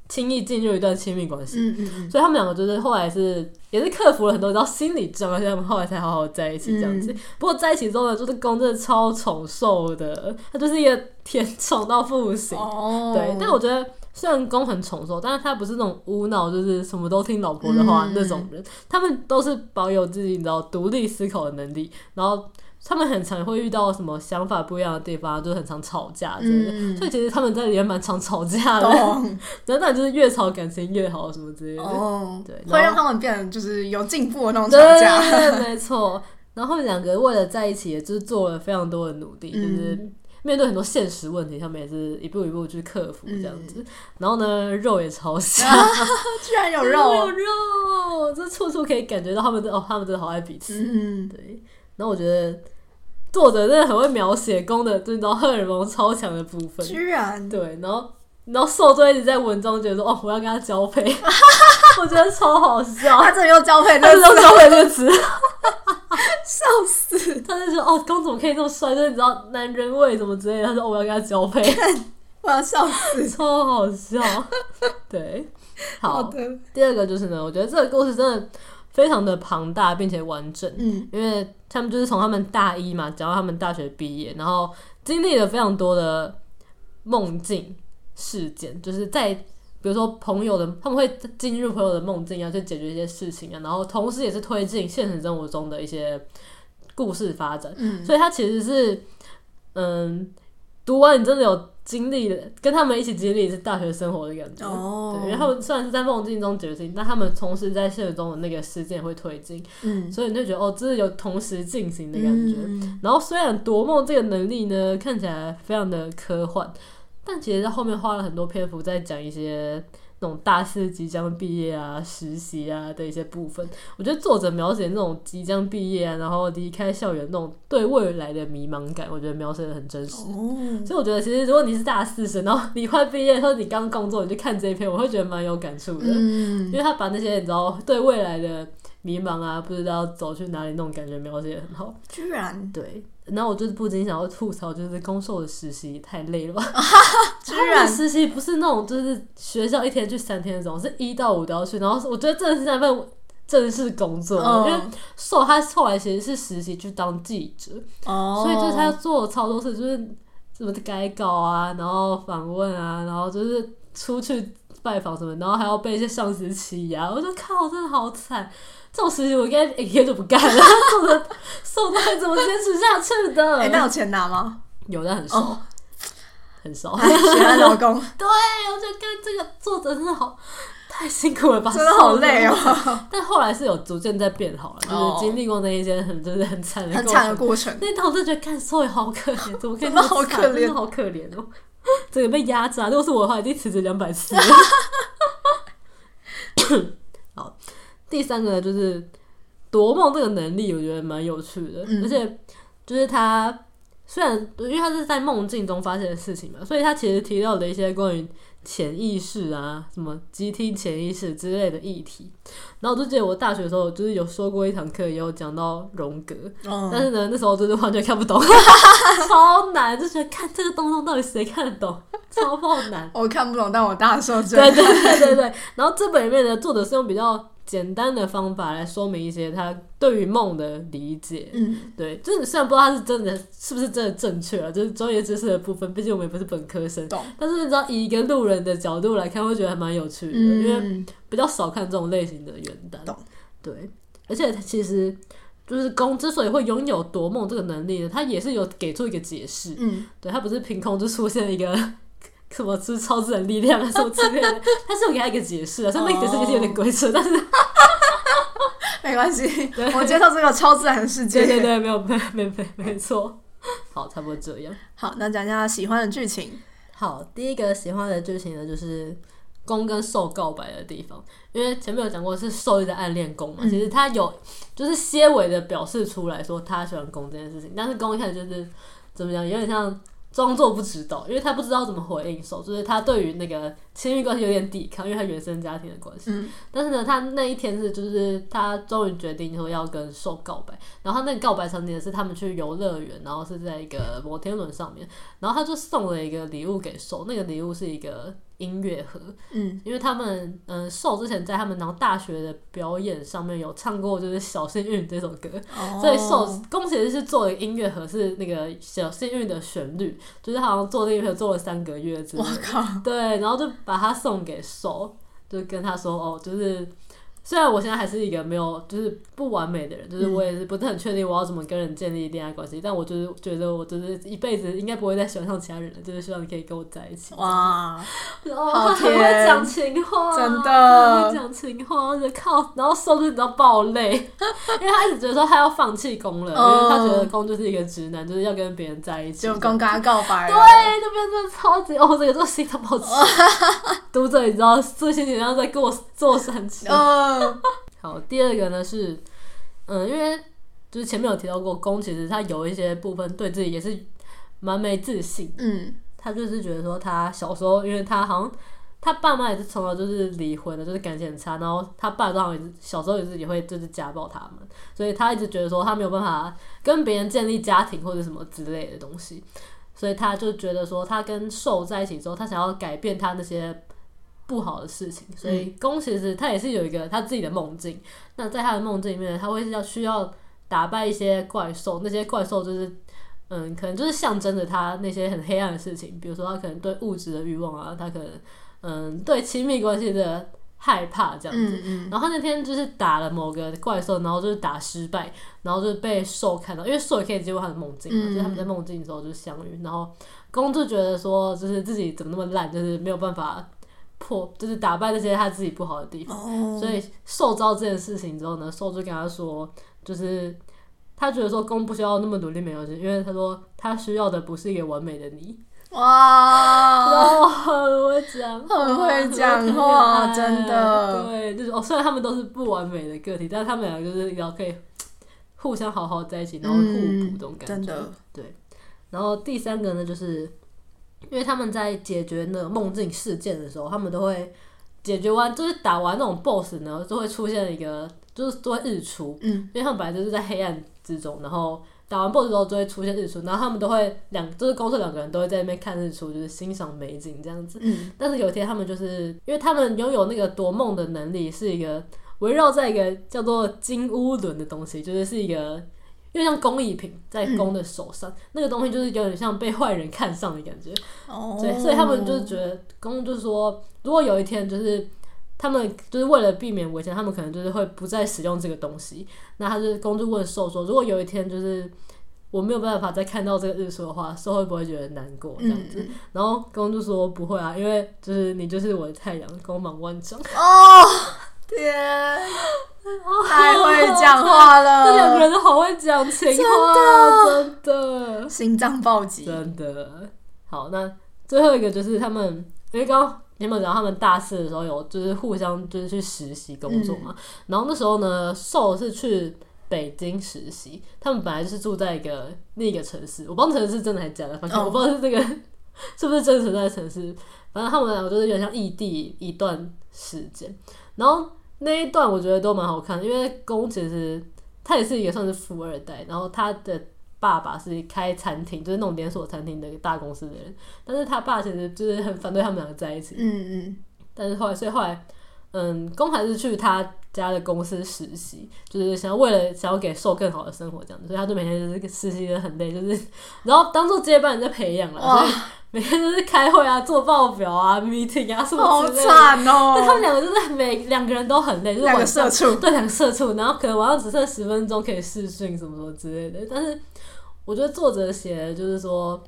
Speaker 1: 轻易进入一段亲密关系。
Speaker 2: 嗯嗯嗯，
Speaker 1: 所以他们两个就是后来是也是克服了很多，然后心理障碍，所以他们后来才好好在一起这
Speaker 2: 嗯
Speaker 1: 样子。不过在一起之后呢，就是公真的超宠受的，他就是一个甜宠到不行。
Speaker 2: 哦，
Speaker 1: 对，但我觉得虽然公很宠受，但是他不是那种无脑，就是什么都听老婆的话、
Speaker 2: 嗯
Speaker 1: 那种人。他们都是保有自己你知道独立思考的能力，然后他们很常会遇到什么想法不一样的地方，就很常吵架之类的。
Speaker 2: 嗯
Speaker 1: 所以其实他们在里面蛮常吵架的， [laughs]
Speaker 2: 懂
Speaker 1: 然后当然就是越吵感情越好什么之类的。
Speaker 2: 哦，
Speaker 1: 对
Speaker 2: 会
Speaker 1: 然
Speaker 2: 让
Speaker 1: 后
Speaker 2: 他们变得就是有进步的那种吵
Speaker 1: 对
Speaker 2: 架， [laughs]
Speaker 1: 对对，没错。然后他们两个为了在一起，也就是做了非常多的努
Speaker 2: 嗯
Speaker 1: 力，就是面对很多现实问题，他们也是一步一步去克服这样子。然后呢，肉也超
Speaker 2: [laughs]
Speaker 1: 香，
Speaker 2: 居然嗯有
Speaker 1: 有
Speaker 2: 肉，
Speaker 1: 肉，这处处可以感觉到他们的哦，他们真的好爱彼此。
Speaker 2: 嗯嗯，
Speaker 1: 对，然后我觉得作者真的很会描写公的，就是你知道荷尔蒙超强的部分。
Speaker 2: 居然
Speaker 1: 对，然后然后受就一直在文中觉得说哦，我要跟他交
Speaker 2: [laughs]
Speaker 1: 配，我觉得超好笑。
Speaker 2: 他这里又交配，
Speaker 1: [laughs] 他
Speaker 2: 那
Speaker 1: 知道
Speaker 2: 是
Speaker 1: 交配这个词，
Speaker 2: [laughs] 笑死！
Speaker 1: 他就说哦，公怎么可以这么帅？就是你知道男人味什么之类的。他说、哦、我要跟他交配，
Speaker 2: 我要笑死！
Speaker 1: 超好笑。对，好，
Speaker 2: 的，
Speaker 1: 第二个就是呢，我觉得这个故事真的非常的庞大并且完整，
Speaker 2: 嗯
Speaker 1: 因为他们就是从他们大一嘛，讲到他们大学毕业，然后经历了非常多的梦境事件，就是在比如说朋友的，他们会进入朋友的梦境啊，去解决一些事情啊，然后同时也是推进现实生活中的一些故事发展，
Speaker 2: 嗯，
Speaker 1: 所以它其实是嗯，读完你真的有经历的，跟他们一起经历是大学生活的感觉。
Speaker 2: 哦，
Speaker 1: 对，因为他们虽然是在梦境中觉醒，但他们同时在现实中的那个事件会推进，
Speaker 2: 嗯
Speaker 1: 所以你就觉得哦，这是有同时进行的感觉。
Speaker 2: 嗯
Speaker 1: 然后虽然夺梦这个能力呢看起来非常的科幻，但其实在后面花了很多篇幅在讲一些那种大四即将毕业啊、实习啊的一些部分。我觉得作者描写那种即将毕业啊，然后离开校园那种对未来的迷茫感，我觉得描写的很真实。
Speaker 2: 哦，
Speaker 1: 所以我觉得，其实如果你是大四生，然后你快毕业，或者你刚工作，你去看这一篇，我会觉得蛮有感触的，因
Speaker 2: 嗯，
Speaker 1: 为他把那些你知道对未来的迷茫啊，不知道走去哪里那种感觉描写的很好。
Speaker 2: 居然
Speaker 1: 对，那我就是不禁想要吐槽，就是公受的实习太累了吧？
Speaker 2: [laughs] 居
Speaker 1: 他们的
Speaker 2: 然
Speaker 1: 实习不是那种就是学校一天去三天那种，是一到五都要去，然后我觉得真的是在份正式工作，
Speaker 2: 嗯
Speaker 1: 因为受他后来其实是实习去当记者，
Speaker 2: 哦，
Speaker 1: 所以就是他要做超多事，就是什么改稿啊，然后访问啊，然后就是出去拜访什么，然后还要被一些上司欺压。我就靠，真的好惨！这种实习我应该 [laughs] 一天都不干了，这种受到底怎么坚持下去的？
Speaker 2: 哎，那有钱拿吗？
Speaker 1: 有但很少，
Speaker 2: 哦，
Speaker 1: 很少。
Speaker 2: 哎学了老
Speaker 1: [laughs]
Speaker 2: 公
Speaker 1: 啊对，我觉得跟这个作者真的好太辛苦了吧，
Speaker 2: 真的好
Speaker 1: [laughs]
Speaker 2: 累
Speaker 1: 哦。
Speaker 2: 哦，
Speaker 1: 但后来是有逐渐在变好了，就
Speaker 2: 哦
Speaker 1: 是经历过那一些很就是很惨的
Speaker 2: 很
Speaker 1: 过
Speaker 2: 惨
Speaker 1: 程
Speaker 2: 的。过程，
Speaker 1: 那段我真的觉得看兽也好可怜，怎么可以这
Speaker 2: 真的
Speaker 1: 么
Speaker 2: 好
Speaker 1: 惨
Speaker 2: 可怜
Speaker 1: 真的好可怜哦，整个被压榨。如果是我的话，已经辞职两百次了。好，第三个呢，就是夺梦这个能力，我觉得蛮有趣的，
Speaker 2: 嗯
Speaker 1: 而且就是他虽然因为他是在梦境中发现的事情嘛，所以他其实提到了一些关于潜意识啊、什么集体潜意识之类的议题。然后我就记得我大学的时候，就是有说过一堂课，也有讲到荣格，但
Speaker 2: 嗯，。
Speaker 1: 是呢，那时候真的完全看不 [laughs] 懂，超难，就觉得看这个东东到底谁看得懂，超爆难
Speaker 2: 我看不懂，但我大受
Speaker 1: [laughs]
Speaker 2: 震
Speaker 1: 对对对对对。 [laughs] 然后这本里面呢，作者是用比较简单的方法来说明一些他对于梦的理解。
Speaker 2: 嗯，
Speaker 1: 对，就是你虽然不知道他是真的是不是真的正确啊，就是专业知识的部分，毕竟我们也不是本科生。
Speaker 2: 懂，
Speaker 1: 但是你知道，以一个路人的角嗯度来看，会觉得还蛮有趣的，因为
Speaker 2: 嗯，
Speaker 1: 比较少看这种类型的元旦。
Speaker 2: 懂
Speaker 1: 对，而且他其实就是公之所以会拥有夺梦这个能力呢，他也是有给出一个解释，
Speaker 2: 嗯，
Speaker 1: 对他不是凭空就出现一个 [laughs] 什么之超自然力量啊什么之类的，他是有给他一个解释啊的，所以那个解释就是有点鬼扯，但是
Speaker 2: 没关系，我接受这个超自然的世界。
Speaker 1: 对对对，没有没没没没错，好，差不多这样。
Speaker 2: 好，那讲一下喜欢的剧情。
Speaker 1: 好，第一个喜欢的剧情呢，就是攻跟受告白的地方，因为前面有讲过是受一直暗恋攻嘛，其实他有就是些微的表示出来说他喜欢攻这件事情，但是攻一开始就是怎么讲，有点像装作不知道，因为他不知道怎么回应受，就是他对于那个亲密关系有点抵抗，因为他原生家庭的关系。
Speaker 2: 嗯
Speaker 1: 但是呢，他那一天是就是他终于决定说要跟受告白，然后他那个告白场景是他们去游乐园，然后是在一个摩天轮上面，然后他就送了一个礼物给受，那个礼物是一个音乐盒，
Speaker 2: 嗯，
Speaker 1: 因为他们嗯受之前在他们然后大学的表演上面有唱过就是《小幸运》这首歌，
Speaker 2: 哦
Speaker 1: 所以受宫其实是做了一个音乐盒，是那个《小幸运》的旋律，就是他好像做那个音乐盒做了三个月之类
Speaker 2: 我
Speaker 1: 的。
Speaker 2: 靠，
Speaker 1: 对，然后就把它送给手，就跟他说哦，就是虽然我现在还是一个没有就是不完美的人，就是
Speaker 2: 嗯
Speaker 1: 我也是不是很确定我要怎么跟人建立恋爱关系，但我就是觉得我就是一辈子应该不会再喜欢上其他人了，就是希望你可以跟我在一起。
Speaker 2: 哇，
Speaker 1: 哦，
Speaker 2: 好
Speaker 1: 他很会
Speaker 2: 甜
Speaker 1: 讲情话，
Speaker 2: 真的
Speaker 1: 他很会讲情话，我就靠，然后受就你知道爆泪， [laughs] 因为他一直觉得说他要放弃攻了，因为他觉得攻就是一个直男，就是要跟别人在一起，
Speaker 2: 哦就刚刚告白了。
Speaker 1: 对，那边真的超级，哦，这个这个心疼好吃。读者你知道，这些年要在给我做三吃。
Speaker 2: 嗯
Speaker 1: 好，第二个呢是，嗯，因为就是前面有提到过，宫其实他有一些部分对自己也是蛮没自信，
Speaker 2: 嗯
Speaker 1: 他就是觉得说他小时候，因为他好像。他爸妈也是从小就是离婚的，就是感情很差，然后他爸当然小时候也自己会就是家暴他们，所以他一直觉得说他没有办法跟别人建立家庭或者什么之类的东西，所以他就觉得说他跟受在一起之后，他想要改变他那些不好的事情，所以宫其实他也是有一个他自己的梦境，那在他的梦境里面，他会要需要打败一些怪兽，那些怪兽就是。嗯，可能就是象征着他那些很黑暗的事情，比如说他可能对物质的欲望啊，他可能嗯对亲密关系的害怕这样子。哦
Speaker 2: 嗯嗯，
Speaker 1: 然后他那天就是打了某个怪兽，然后就是打失败，然后就被兽看到，因为兽也可以接入他的梦境嘛，
Speaker 2: 嗯
Speaker 1: 就是他们在梦境的时候就相遇，然后公就觉得说，就是自己怎么那么烂，就是没有办法破，就是打败那些他自己不好的地方，
Speaker 2: 哦，
Speaker 1: 所以受招这件事情之后呢，受就跟他说，就是他觉得说公不需要那么努力没关系，因为他说他需要的不是一个完美的你，[laughs]
Speaker 2: 哇，
Speaker 1: 然后很会讲话，
Speaker 2: 哦很会讲话
Speaker 1: 很会谈恋爱
Speaker 2: 真的
Speaker 1: 对，就是哦，虽然他们都是不完美的个体，但是他们两个就是然后可以互相好好在一起，然后互补这种感觉。
Speaker 2: 嗯真的，
Speaker 1: 然后第三个呢，就是因为他们在解决那个梦境事件的时候，他们都会解决完，就是打完那种 BOSS 呢，就会出现一个，就是都会日出，
Speaker 2: 嗯，
Speaker 1: 因为他们本来就是在黑暗之中，然后打完 BOSS 之后就会出现日出，然后他们都会两，就是公司两个人都会在那边看日出，就是欣赏美景这样子。
Speaker 2: 嗯
Speaker 1: 但是有一天他们就是因为他们拥有那个夺梦的能力，是一个围绕在一个叫做金乌轮的东西，就是是一个。因为像工艺品在公的手上，那个东西就是有点像被坏人看上的感觉，
Speaker 2: 哦，
Speaker 1: 对，所以他们就是觉得公就是说，如果有一天就是他们就是为了避免危险，他们可能就是会不再使用这个东西。那他就是公就问兽说，如果有一天就是我没有办法再看到这个日出的话，兽会不会觉得难过这样子？
Speaker 2: 嗯
Speaker 1: 然后公就说不会啊，因为就是你就是我的太阳，光芒万丈。
Speaker 2: 哦，天，
Speaker 1: 哦
Speaker 2: 太会讲
Speaker 1: [laughs]
Speaker 2: 话了，
Speaker 1: 这两个人都好会讲情话，啊真的，
Speaker 2: 心脏暴击，
Speaker 1: 真的。好，那最后一个就是他们，因为刚刚你们讲他们大四的时候有就是互相就是去实习工作嘛，然后那时候呢，寿是去。北京实习，他们本来就是住在一个另一个城市，我不知道那城市是真的还是假的，反正
Speaker 2: 哦
Speaker 1: 我不知道是这个 [laughs] 是不是真实存在的城市。反正他们两个就是有点像异地一段时间，然后那一段我觉得都蛮好看的，因为宫其实他也是一个算是富二代，然后他的爸爸是开餐厅，就是那种连锁餐厅的大公司的人，但是他爸其实就是很反对他们两个在一起，
Speaker 2: 嗯嗯
Speaker 1: 但是后来所以后来嗯，公还是去他家的公司实习，就是想要为了想要给受更好的生活这样子，所以他就每天就是实习的很累，就是然后当做接班人在培养了，
Speaker 2: 哇
Speaker 1: 所以，每天都是开会啊、做报表啊、meeting 啊什么
Speaker 2: 好
Speaker 1: 之类的。
Speaker 2: 惨
Speaker 1: [laughs]
Speaker 2: 哦、
Speaker 1: 但他们两个就是每两个人都很累，就是
Speaker 2: 两个
Speaker 1: 晚上
Speaker 2: 社畜，
Speaker 1: 对，两个社畜，然后可能晚上只剩十分钟可以试训什么什么之类的。但是我觉得作者写的就是说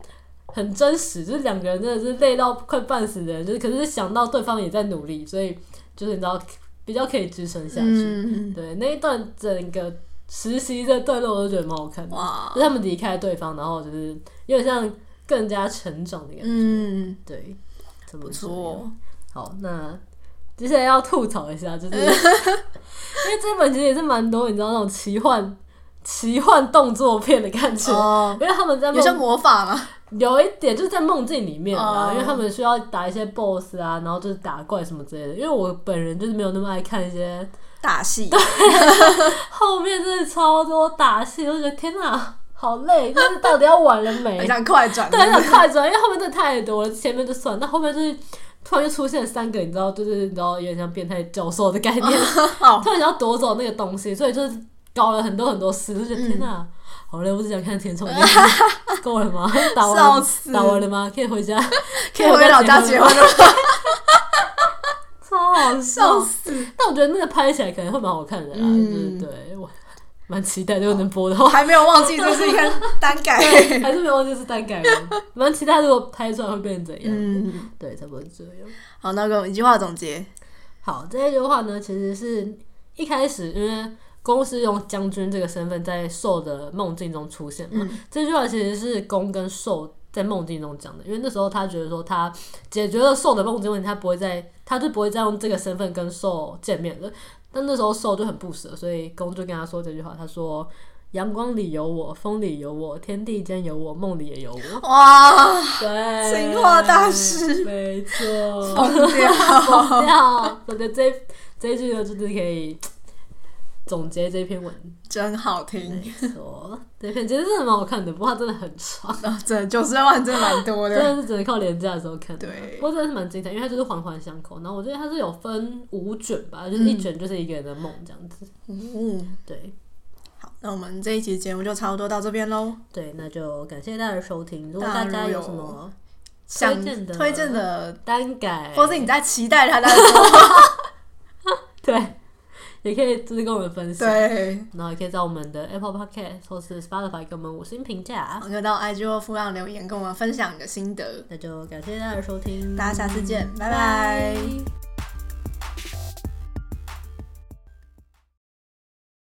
Speaker 1: 很真实，就是两个人真的是累到快半死的人，就是可是想到对方也在努力，所以就是你知道比较可以支撑下去。
Speaker 2: 嗯，
Speaker 1: 对，那一段整个实习的段落我都觉得蛮好看的，
Speaker 2: 哇
Speaker 1: 就，是他们离开对方，然后就是有点像更加成长的感觉。
Speaker 2: 嗯，
Speaker 1: 对，怎么
Speaker 2: 不
Speaker 1: 说？
Speaker 2: 错，
Speaker 1: 好，那接下来要吐槽一下，就是
Speaker 2: [laughs]
Speaker 1: 因为这本其实也是蛮多你知道那种奇幻奇幻动作片的感觉。
Speaker 2: 哦，
Speaker 1: 因为他们在
Speaker 2: 有像
Speaker 1: 梦
Speaker 2: 魔法吗？
Speaker 1: 有一点就是在梦境里面啊
Speaker 2: 哦
Speaker 1: 因为他们需要打一些 BOSS 啊，然后就是打怪什么之类的。因为我本人就是没有那么爱看一些，
Speaker 2: 打戏，
Speaker 1: 后面真的超多打戏，我就觉得天哪，好累，就是到底要完了没？
Speaker 2: 很像哎快转， [laughs]
Speaker 1: 对，很想快转，因为后面真的太多了，前面就算，那后面就是突然就出现三个，你知道，就是你知道有点像变态教授的概
Speaker 2: [laughs]
Speaker 1: 念，
Speaker 2: 好，
Speaker 1: 突然想要夺走那个东西，所以就是搞了很多很多事，就觉得
Speaker 2: 嗯
Speaker 1: 天哪、好累，我只想看填充，
Speaker 2: [laughs]
Speaker 1: [laughs] 够了吗？打完
Speaker 2: 笑
Speaker 1: 了
Speaker 2: 死，
Speaker 1: 打完了吗？可以回家，
Speaker 2: [laughs] 可以回老家结婚，了，
Speaker 1: 超好
Speaker 2: [laughs]
Speaker 1: [laughs]
Speaker 2: 笑
Speaker 1: 笑。
Speaker 2: 死，
Speaker 1: 但我觉得那个拍起来可能会蛮好看的啦，
Speaker 2: 嗯
Speaker 1: 就是对我蛮期待，如果能播的话， [laughs]
Speaker 2: 还没有忘记这是一个单改，
Speaker 1: 还是没有忘记是单改人，蛮期待如果拍出来会变成怎样。
Speaker 2: 嗯，
Speaker 1: 对，差不多是这样。
Speaker 2: [laughs] 好，那个一句话总结，
Speaker 1: 好，这一句话呢，其实是一开始因为公是用将军这个身份在兽的梦境中出现嘛，
Speaker 2: 嗯
Speaker 1: 这句话其实是公跟兽在梦境中讲的，因为那时候他觉得说他解决了兽的梦境问题，他不会再，他就不会再用这个身份跟兽见面了。但那时候兽就很不舍，所以公就跟他说这句话，他说。阳光里有我，风里有我，天地间有我，梦里也有我。
Speaker 2: 哇，
Speaker 1: 对，
Speaker 2: 情啊话大师
Speaker 1: 没错，
Speaker 2: 疯 [laughs] 掉，
Speaker 1: 疯掉。 [laughs] 我觉得这这一句呢，就是可以总结这篇文。
Speaker 2: 真好听，
Speaker 1: 没错，这篇其实真的蛮好看的，不过它真的很长，
Speaker 2: 然后这九十二万真的蛮多
Speaker 1: 真
Speaker 2: 的，
Speaker 1: 的是只能靠廉价的时候看的。
Speaker 2: 对
Speaker 1: 不过真的是蛮精彩，因为它就是环环相扣。然后我觉得它是有分五卷吧，就是一卷就是一个人的梦这样子。
Speaker 2: 嗯，
Speaker 1: 对
Speaker 2: 好，那我们这一集节目就差不多到这边喽，
Speaker 1: 对，那就感谢大家的收听。如果大家有什么
Speaker 2: 想
Speaker 1: 推荐的
Speaker 2: 推荐的，
Speaker 1: 单改，
Speaker 2: 或是你在期待
Speaker 1: [laughs]
Speaker 2: 他的时候，
Speaker 1: 对，也可以就是跟我们分享。
Speaker 2: 对。
Speaker 1: 然后也可以在我们的 Apple Podcast 或是 Spotify 给我们五星评价。
Speaker 2: 可以到 IG 或附上留言，跟我们分享你的心得。
Speaker 1: 那就感谢大家的收听，
Speaker 2: 大家下次见，拜
Speaker 1: 拜
Speaker 2: 拜。
Speaker 1: 拜